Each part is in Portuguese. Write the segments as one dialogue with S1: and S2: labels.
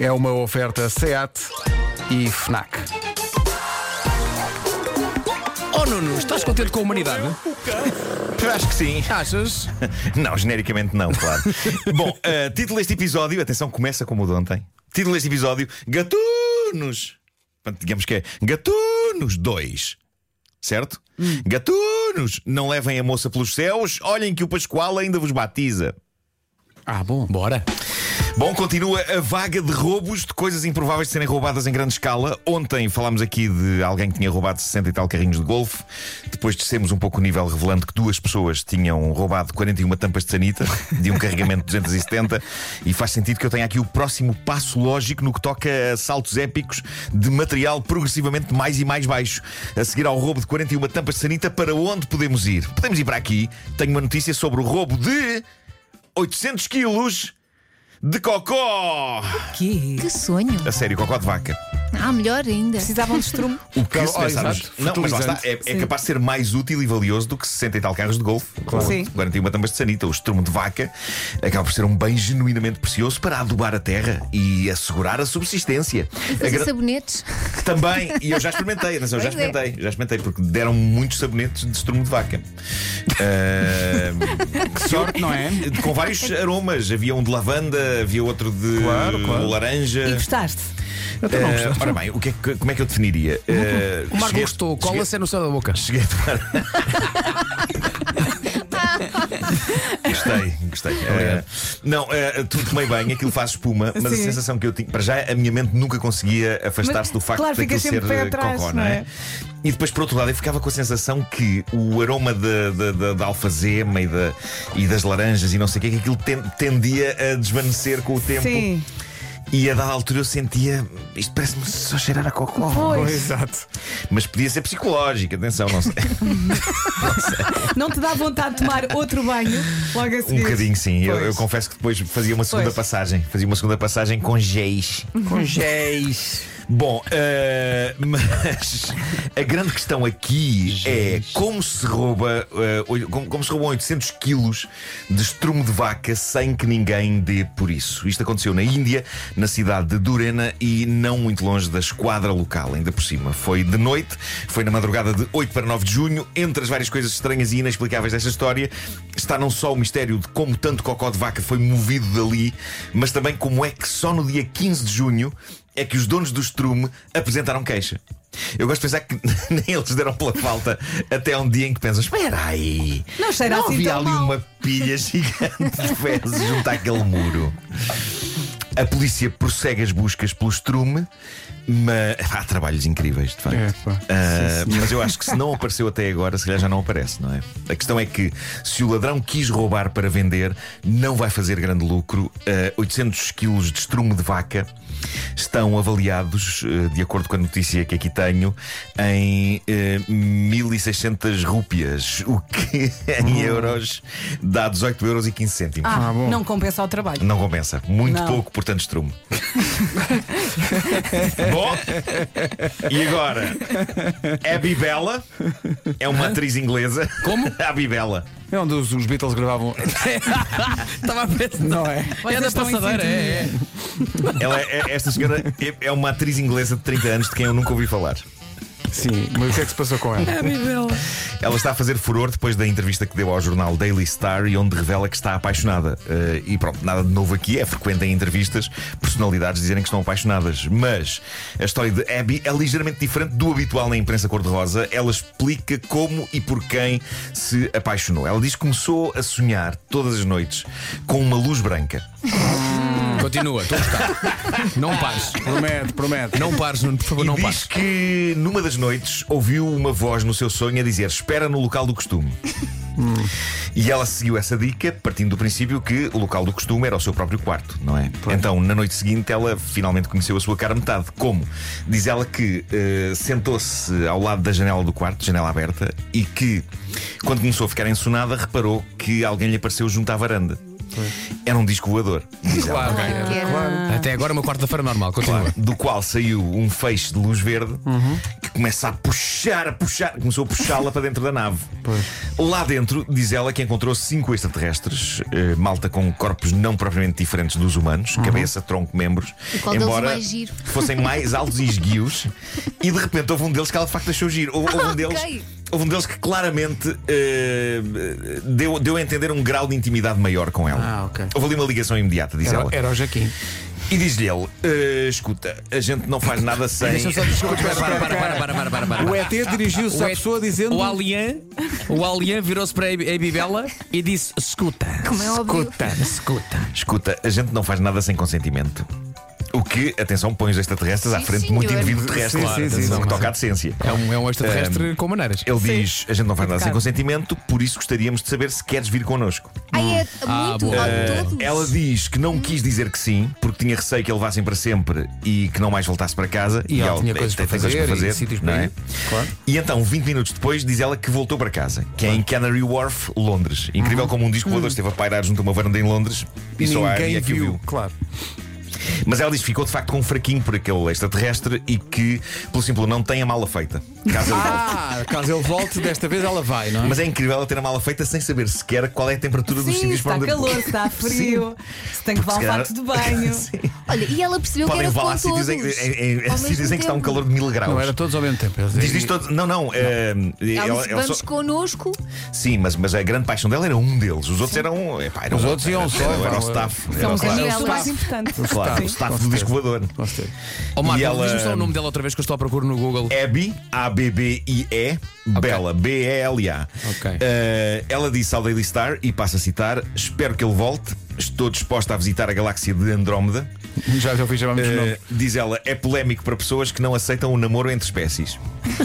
S1: É uma oferta SEAT e FNAC.
S2: Oh Nuno, estás contente com a humanidade?
S3: Eu acho que sim.
S2: Achas?
S3: Não, genericamente não, claro. Bom, eh, título deste episódio, atenção, começa como o de ontem. Título deste episódio: Gatunos. Portanto, digamos que é Gatunos 2. Certo? Gatunos, não levem a moça pelos céus, olhem que o Pascoal ainda vos batiza.
S2: Ah, bom. Bora.
S3: Bom, continua a vaga de roubos de coisas improváveis de serem roubadas em grande escala. Ontem falámos aqui de alguém que tinha roubado 60 e tal carrinhos de golfe. Depois descemos um pouco o nível, revelando que duas pessoas tinham roubado 41 tampas de sanita de um carregamento de 270. E faz sentido que eu tenha aqui o próximo passo lógico no que toca a saltos épicos de material progressivamente mais e mais baixo. A seguir ao roubo de 41 tampas de sanita, para onde podemos ir? Podemos ir para aqui. Tenho uma notícia sobre o roubo de 800 quilos de cocó!
S4: Que sonho.
S3: A sério, cocó de vaca.
S4: Ah, melhor ainda.
S5: Precisavam de estrume.
S3: O que se
S2: né,
S1: Oh,
S3: pensarmos-
S1: exato.
S3: Não, mas lá está, é, é
S5: Sim.
S3: capaz de ser mais útil e valioso do que 60 e tal carros de golfe. Claro.
S5: Sim.
S3: 41 tambas de sanita, o estrumo de vaca, acaba por ser um bem genuinamente precioso para adubar a terra e assegurar a subsistência. A
S4: Fazer
S3: É gra- Hum.
S4: sabonetes.
S3: Também, e eu já experimentei, atenção, já
S4: Pois é.
S3: experimentei, já experimentei, porque deram muitos sabonetes de estrumo de vaca. Ah,
S2: Que sorte, não é?
S3: com vários aromas, havia um de lavanda, havia outro de
S1: Claro, claro.
S3: laranja.
S5: E gostaste? Então
S3: Eh, ora bem, o que é que- como é que eu definiria?
S5: Uhum.
S3: Eh,
S2: O Marco
S3: cheguei-
S2: gostou,
S3: cheguei-
S2: cola-se é no céu da boca.
S3: Cheguei a tomar. gostei, gostei. Eh, não, eh, tu tomei bem, aquilo faz espuma, mas a
S5: Sim.
S3: sensação que eu tinha. Para já, a minha mente nunca conseguia afastar-se
S5: Mas,
S3: do facto
S5: claro,
S3: de aquilo
S5: fica
S3: ser eh,
S5: sempre pé atrás,
S3: cocó,
S5: não é?
S3: E depois, por outro lado, eu ficava com a sensação que o aroma da- da da- da alfazema e, da- e das laranjas e não sei o que, que aquilo ten- tendia a desvanecer com o tempo.
S5: Sim.
S3: E a dada altura eu sentia Isto parece-me só cheirar a cocó
S5: Pois.
S1: Exato.
S3: Mas podia ser psicológico, atenção não sei.
S5: Não te dá vontade de tomar outro banho logo a
S3: Um
S5: seguir?
S3: bocadinho sim eu,
S5: Pois.
S3: eu confesso que depois fazia uma segunda
S5: Pois.
S3: passagem Fazia uma segunda passagem com géis Com géis Bom, eh, mas a grande questão aqui é como se rouba eh, oi- como, como se roubam 800 quilos de estrumo de vaca sem que ninguém dê por isso. Isto aconteceu na Índia, na cidade de Durena e não muito longe da esquadra local, ainda por cima. Foi de noite, foi na madrugada de 8 para 9 de junho. Entre as várias coisas estranhas e inexplicáveis desta história, está não só o mistério de como tanto cocó de vaca foi movido dali, mas também como é que só no dia 15 de junho é que os donos do estrume apresentaram queixa. Eu gosto de pensar que nem eles deram pela falta até um dia em que pensas: espera aí,
S5: Não cheira
S3: não
S5: assim
S3: havia
S5: tão
S3: ali
S2: um-
S5: mal."
S3: uma pilha gigante de fezes junto àquele muro. A polícia prossegue as buscas pelo estrume, mas há trabalhos incríveis, de facto.
S1: Epá,
S3: Ah, mas eu acho que se não apareceu até agora, se calhar já não aparece, não é? A questão é que se o ladrão quis roubar para vender, não vai fazer grande lucro. Ah, 800 quilos de estrume de vaca estão avaliados, ah, de acordo com a notícia que aqui tenho, em ah, 1600 rúpias, o que em euros dá 18 euros e 15 cêntimos.
S5: Ah,
S1: Ah, bom.
S5: não compensa o trabalho.
S3: Não compensa. Muito
S5: Não.
S3: pouco por tanto estrume. Bom, e agora? Abby Bella é uma atriz inglesa.
S2: Como?
S3: Abby Bella.
S1: É onde os, os Beatles gravavam.
S2: Estava a pensar.
S1: Não é?
S2: É
S5: Vocês
S2: da
S5: estão em
S2: passadeira, é, é.
S3: Ela é- é- esta senhora é- é uma atriz inglesa de 30 anos de quem eu nunca ouvi falar.
S1: Sim, mas o que é que se passou com ela?
S3: Ela está a fazer furor depois da entrevista que deu ao jornal Daily Star e onde revela que está apaixonada. Eh, e pronto, nada de novo aqui, é frequente em entrevistas personalidades dizerem que estão apaixonadas. Mas a história de Abby é ligeiramente diferente do habitual na imprensa cor-de-rosa. Ela explica como e por quem se apaixonou. Ela diz que começou a sonhar todas as noites com uma luz branca.
S2: Hum. Continua, estou a gostar. Não pares.
S1: Promete, promete.
S2: Não pares, Nuno, por favor,
S3: E
S2: não
S3: diz
S2: pares.
S3: que numa das noites ouviu uma voz no seu sonho a dizer: Espera no local do costume. E ela seguiu essa dica, partindo do princípio que o local do costume era o seu próprio quarto, não é? Então, na noite seguinte, ela finalmente conheceu a sua cara metade. Como? Diz ela que eh, sentou-se ao lado da janela do quarto, janela aberta, e que, quando começou a ficar ensonada, reparou que alguém lhe apareceu junto à varanda. Era um disco voador, diz ela.
S2: Claro,
S4: Claro que era.
S2: Ah, Até agora uma quarta-feira normal, continua.
S3: Claro, do qual saiu um feixe de luz verde que começa a puxar, a puxar, começou a puxá-la para dentro da nave. Lá dentro, diz ela que encontrou cinco extraterrestres, eh, malta com corpos não propriamente diferentes dos humanos,
S1: Uhum.
S3: cabeça, tronco, membros,
S4: E qual deles o
S3: embora
S4: mais giro?
S3: fossem mais altos e esguios, e de repente houve um deles que ela de facto achou giro. Houve, houve um deles.
S4: Ah, Ok.
S3: Houve um deles que claramente eh, deu, deu a entender um grau de intimidade maior com ela.
S1: Ah, ok.
S3: Houve ali uma ligação imediata, diz
S1: Era,
S3: ela.
S1: era o Jaquim.
S3: E diz-lhe ele: "Eh, escuta, a gente não faz nada sem.
S2: Deixa-me só desculpa, espera, É para, para, para, para, para, para, para.
S1: O ET dirigiu-se à
S2: ET
S1: pessoa dizendo.
S2: O Alian, o Alian virou-se para a Bibela e disse: escuta,
S4: Como é óbvio.
S2: escuta, escuta.
S3: Escuta, a gente não faz nada sem consentimento. O que, atenção, põe os extraterrestres à
S4: Sim,
S3: frente de muito
S4: senhor.
S3: indivíduo terrestre,
S1: Sim, sim,
S3: atenção,
S1: sim, sim,
S3: que toca à decência.
S2: É um, é um extraterrestre com maneiras.
S3: Ele diz: a gente não faz nada sem
S5: Educado.
S3: consentimento, por isso gostaríamos de saber se queres vir connosco.
S4: Ai, é
S2: Ah,
S4: muito
S2: boa.
S4: mal
S3: Eh,
S4: todos.
S3: ela diz que não quis dizer que sim, porque tinha receio que ele levassem para sempre e que não mais voltasse para casa.
S1: E ela tinha
S3: tem-
S1: coisas
S3: tem
S1: para fazer e sítios
S3: não
S1: para
S3: é?
S1: ir. Claro. Uhum.
S3: E então, 20 minutos depois, diz ela que voltou para casa, que é em Canary Wharf, Londres. Incrível como um disco voador esteve a pairar junto a uma varanda em Londres e, só a Arya
S1: Ninguém
S3: é que o viu.
S1: viu, claro.
S3: Mas ela diz que ficou de facto com um fraquinho por aquele extraterrestre e que, pelo simples, não tem a mala feita. Caso ele volte.
S1: Ah, caso ele volte, desta vez ela vai, não é?
S3: Mas é incrível ela ter a mala feita sem saber sequer qual é a temperatura dos
S5: Sim,
S3: sítios
S5: se
S3: para
S5: está
S3: onde
S5: calor, se está frio, se tem que levar
S3: Se
S5: um
S3: calhar-
S5: fato de banho.
S3: Sim.
S4: Olha, e ela percebeu que
S3: Podem
S4: era
S3: levar
S4: com
S3: lá a sítios
S4: todos.
S3: em, em- em-
S4: Ao
S3: sítios em
S4: mesmo
S3: que está um
S4: tempo.
S3: calor de mil graus.
S1: Não era todos ao mesmo tempo. Eles-
S3: Diz, diz todo. Não, não. eh,
S4: Ela
S3: ela-
S4: disse,
S3: ela só-
S4: vamos connosco.
S3: Sim, mas, mas a grande paixão dela era um deles. Os outros eram. epá, eram
S1: Os outros iam
S3: era-
S1: só,
S3: Era, era
S1: vá, é.
S3: o staff.
S5: São
S3: Era é o
S5: os
S3: staff.
S4: bocadinho-
S5: amigos
S4: Ela-
S5: é mais importantes.
S3: Claro, o staff do disco voador.
S2: Ó Oh, Marco,
S3: E ela-
S2: diz-me só o nome dela outra vez que eu estou à procura no Google.
S1: É,
S3: Abby, A-B-B-I-E, Bela, B-E-L-A.
S2: Ok.
S3: Eh, ela disse ao Daily Star, e passa a citar: Espero que ele volte. Estou disposta a visitar a galáxia de Andrómeda.
S1: Já já fiz chamamos
S3: Eh,
S1: de nome.
S3: diz ela: É polémico para pessoas que não aceitam o namoro entre espécies.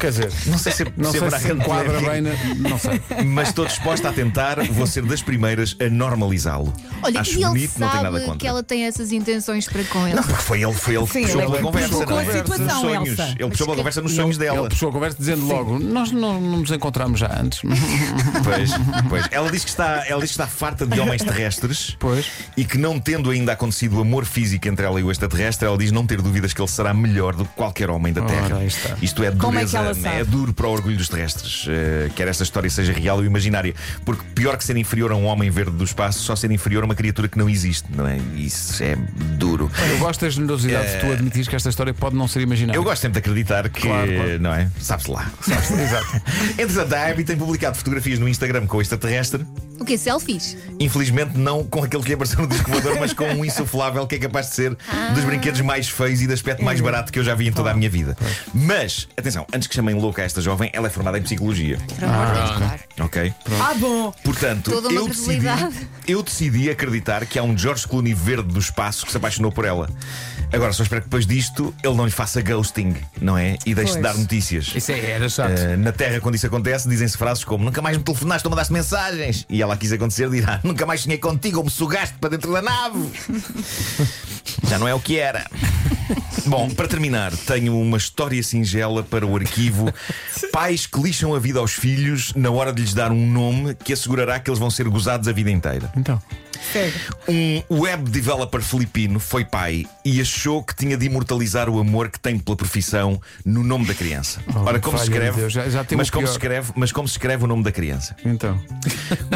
S1: Quer dizer,
S3: Não sei se,
S1: não sei
S3: haverá
S1: se
S3: grande
S1: enquadra
S3: polémica,
S1: bem. na- Não sei.
S3: Mas estou disposta a tentar, vou ser das primeiras a normalizá-lo.
S4: Olha,
S3: Acho
S4: e ele
S3: bonito, não tenho nada
S4: sabe
S3: contra.
S4: que ela tem essas intenções para com ele.
S3: Não, porque foi ele, foi ele que
S5: Sim,
S3: puxou
S5: ele é
S3: pela
S5: que
S3: conversa,
S5: puxou
S3: não é?
S5: com a situação,
S3: Nos sonhos.
S5: Elsa.
S3: Ele puxou pela conversa nos sonhos
S1: Ele
S3: dela.
S1: puxou a conversa dizendo logo: Nós não, não nos encontramos já antes.
S3: Pois, pois. Ela diz que está, ela diz que está farta de homens terrestres.
S1: Pois.
S3: E que não tendo ainda acontecido o amor físico entre ela e o extraterrestre, ela diz não ter dúvidas que ele será melhor do que qualquer homem da
S1: Ora,
S3: Terra.
S1: aí está.
S3: Isto é
S5: Como é que
S3: dureza,
S5: ela sabe?
S3: é duro para o orgulho dos terrestres, eh, quer esta história seja real ou imaginária. Porque pior que ser inferior a um homem verde do espaço, só ser inferior a uma criatura que não existe, não é? Isso é duro.
S1: Eu gosto da generosidade de tu admitires que esta história pode não ser imaginada.
S3: Eu gosto sempre de acreditar que,
S1: Claro, claro.
S3: não é? Sabes lá.
S1: gosto. Exato.
S3: Entretanto, a Abby tem publicado fotografias no Instagram com o extraterrestre.
S4: O quê? Selfies?
S3: Infelizmente, não com aquele que apareceu no disco voador, mas com um insuflável que é capaz de ser
S4: Ah.
S3: dos brinquedos mais feios e de aspecto
S4: É.
S3: mais barato que eu já vi em toda a minha vida. Mas, atenção, antes que chamem louca esta jovem, ela é formada em psicologia.
S4: Para amor de Deus, claro.
S3: Ok?
S5: Ah, bom!
S3: Portanto,
S4: Toda uma
S3: eu decidi,
S4: credibilidade.
S3: eu decidi acreditar que há um George Clooney verde do espaço que se apaixonou por ela. Agora, só espero que depois disto ele não lhe faça ghosting, não é? E deixe de
S5: Pois.
S3: dar notícias.
S2: Isso é, era chato.
S3: Uh, na Terra, quando isso acontece, dizem-se frases como Nunca mais me telefonaste ou mandaste mensagens. E ela quis acontecer, dirá Nunca mais sonhei contigo ou me sugaste para dentro da nave. Já não é o que era. Bom, para terminar, tenho uma história singela para o arquivo. Pais que lixam a vida aos filhos na hora de lhes dar um nome que assegurará que eles vão ser gozados a vida inteira.
S1: Então,
S5: Segue.
S3: Um web developer filipino foi pai e achou que tinha de imortalizar o amor que tem pela profissão no nome da criança. Ora, como se
S1: valha-me
S3: escreve?
S1: Oh, Deus, já- já tem
S3: mas
S1: o
S3: como se
S1: pior.
S3: escreve? Mas como se escreve o nome da criança?
S1: então.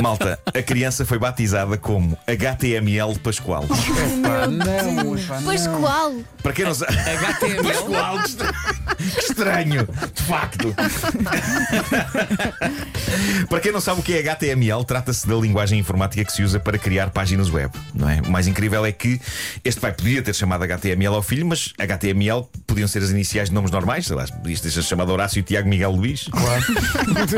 S3: Malta, a criança foi batizada como HTML Pascoal.
S1: Epá, não, epá, não.
S4: Pascoal.
S3: Para quem não sabe.
S2: HTML.
S3: Pascoal, que estra- que estranho, de facto. para quem não sabe o que é HTML, trata-se da linguagem informática que se usa para criar páginas web, não é? O mais incrível é que este pai podia ter chamado HTML ao filho, mas HTML podiam ser as iniciais de nomes normais, sei lá, podias ter chamado Horácio, Tiago, Miguel, Luís.
S1: Claro.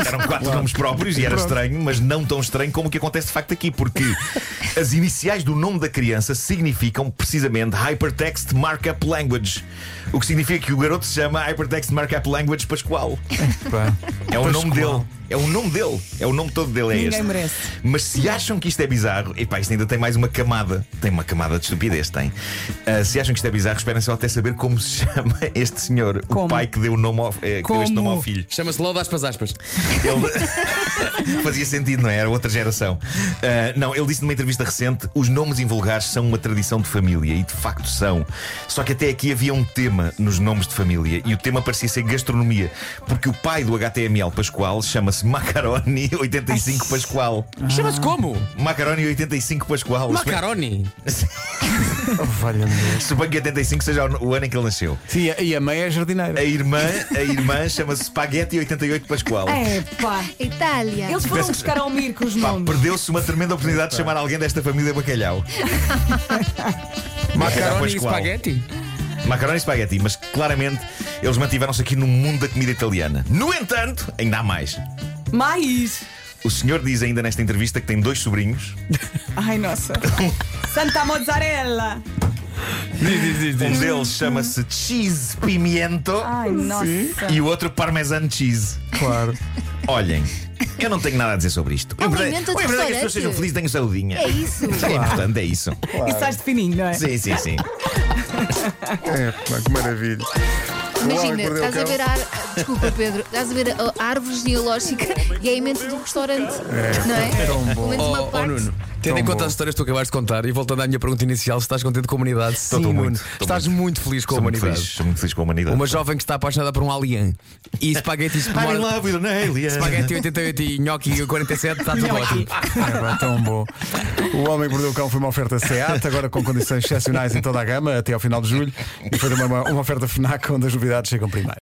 S3: Eram quatro nomes próprios e era estranho, mas não tão estranho como o que acontece de facto aqui, porque as iniciais do nome da criança significam precisamente Hypertext Markup Language, o que significa que o garoto se chama Hypertext Markup Language Pascoal.
S1: Epá.
S3: É o nome dele. É o nome dele. É o nome todo dele. É
S5: Ninguém
S3: este.
S5: merece.
S3: Mas se acham que isto é bizarro, epá, isto ainda tem mais uma camada. Tem uma camada de estupidez, tem. Ah, se acham que isto é bizarro, esperem só até saber como se chama este senhor,
S5: Como?
S3: o pai que deu, o nome ao, eh, que deu este nome
S5: Como?
S3: ao filho.
S2: Chama-se Lodo aspas aspas.
S3: Ele- Fazia sentido, não é? Era outra geração. Ah, não, ele disse numa entrevista recente: os nomes invulgares são uma tradição de família, e de facto são. Só que até aqui havia um tema nos nomes de família, e o tema parecia ser gastronomia, porque o pai do HTML Pascoal chama-se Macaroni 85 Pascoal.
S2: Chama-se como?
S3: Macaroni 85 Pascoal.
S2: Macaroni.
S3: Suponho que 85 seja o o ano em que ele nasceu.
S1: Sim, e a- e a mãe é jardineira.
S3: A irmã, a irmã chama-se Spaghetti 88 Pascoal.
S5: É pá.
S4: Itália.
S5: Eles foram buscar ao Mirko os
S3: Pá,
S5: nomes.
S3: Ah, perdeu-se uma tremenda oportunidade de chamar alguém desta família bacalhau.
S2: Macaroni e
S3: Pascoal.
S2: espaguete.
S3: Macaroni e spaghetti, mas claramente eles mantiveram-se aqui no mundo da comida italiana. No entanto, ainda há mais.
S5: Mais.
S3: O senhor diz ainda nesta entrevista que tem dois sobrinhos,
S5: Ai, nossa. Santa Mozzarella.
S3: um deles chama-se Cheese Pimiento
S5: Ai, nossa.
S3: e o outro Parmesan Cheese.
S1: Claro.
S3: Olhem, eu não tenho nada a dizer sobre isto.
S4: É um
S3: O importante-
S4: alimento de
S3: o importante é que as pessoas
S4: restaurante.
S3: sejam felizes e tenham saudinha.
S4: É isso.
S3: É importante, é isso.
S5: E sais de fininho, não é?
S3: Sim, sim, sim.
S1: É, pá, que maravilha.
S4: Imagina,
S1: Logo,
S4: estás a ver a ar... Desculpa, Pedro. Estás a ver a a árvore genealógica e é imenso do restaurante. Não é?
S1: Tão
S4: Pelo
S1: bom.
S4: menos
S2: Oh,
S4: uma
S2: oh,
S4: parte.
S2: Nuno, tendo em
S1: Tão
S2: conta
S1: bom.
S2: as histórias que tu acabaste de contar e voltando à minha pergunta inicial, se estás contente com a humanidade? Sim,
S3: estou
S2: Nuno.
S3: muito, estou
S2: estás muito, feliz com a
S3: Sou muito
S2: humanidade.
S3: feliz, sou muito feliz com a humanidade.
S2: Uma jovem que está apaixonada por um alien e espaguete e
S3: I'm in
S2: espumar-
S3: love with an alien.
S2: espaguete 88 e nhoque 47, está tudo ótimo.
S1: É, pá, tão bom. O Homem que Mordeu o Cão foi uma oferta SEAT, agora com condições excepcionais em toda a gama, até ao final de julho. E foi também uma, uma oferta FNAC, onde as novidades chegam primeiro.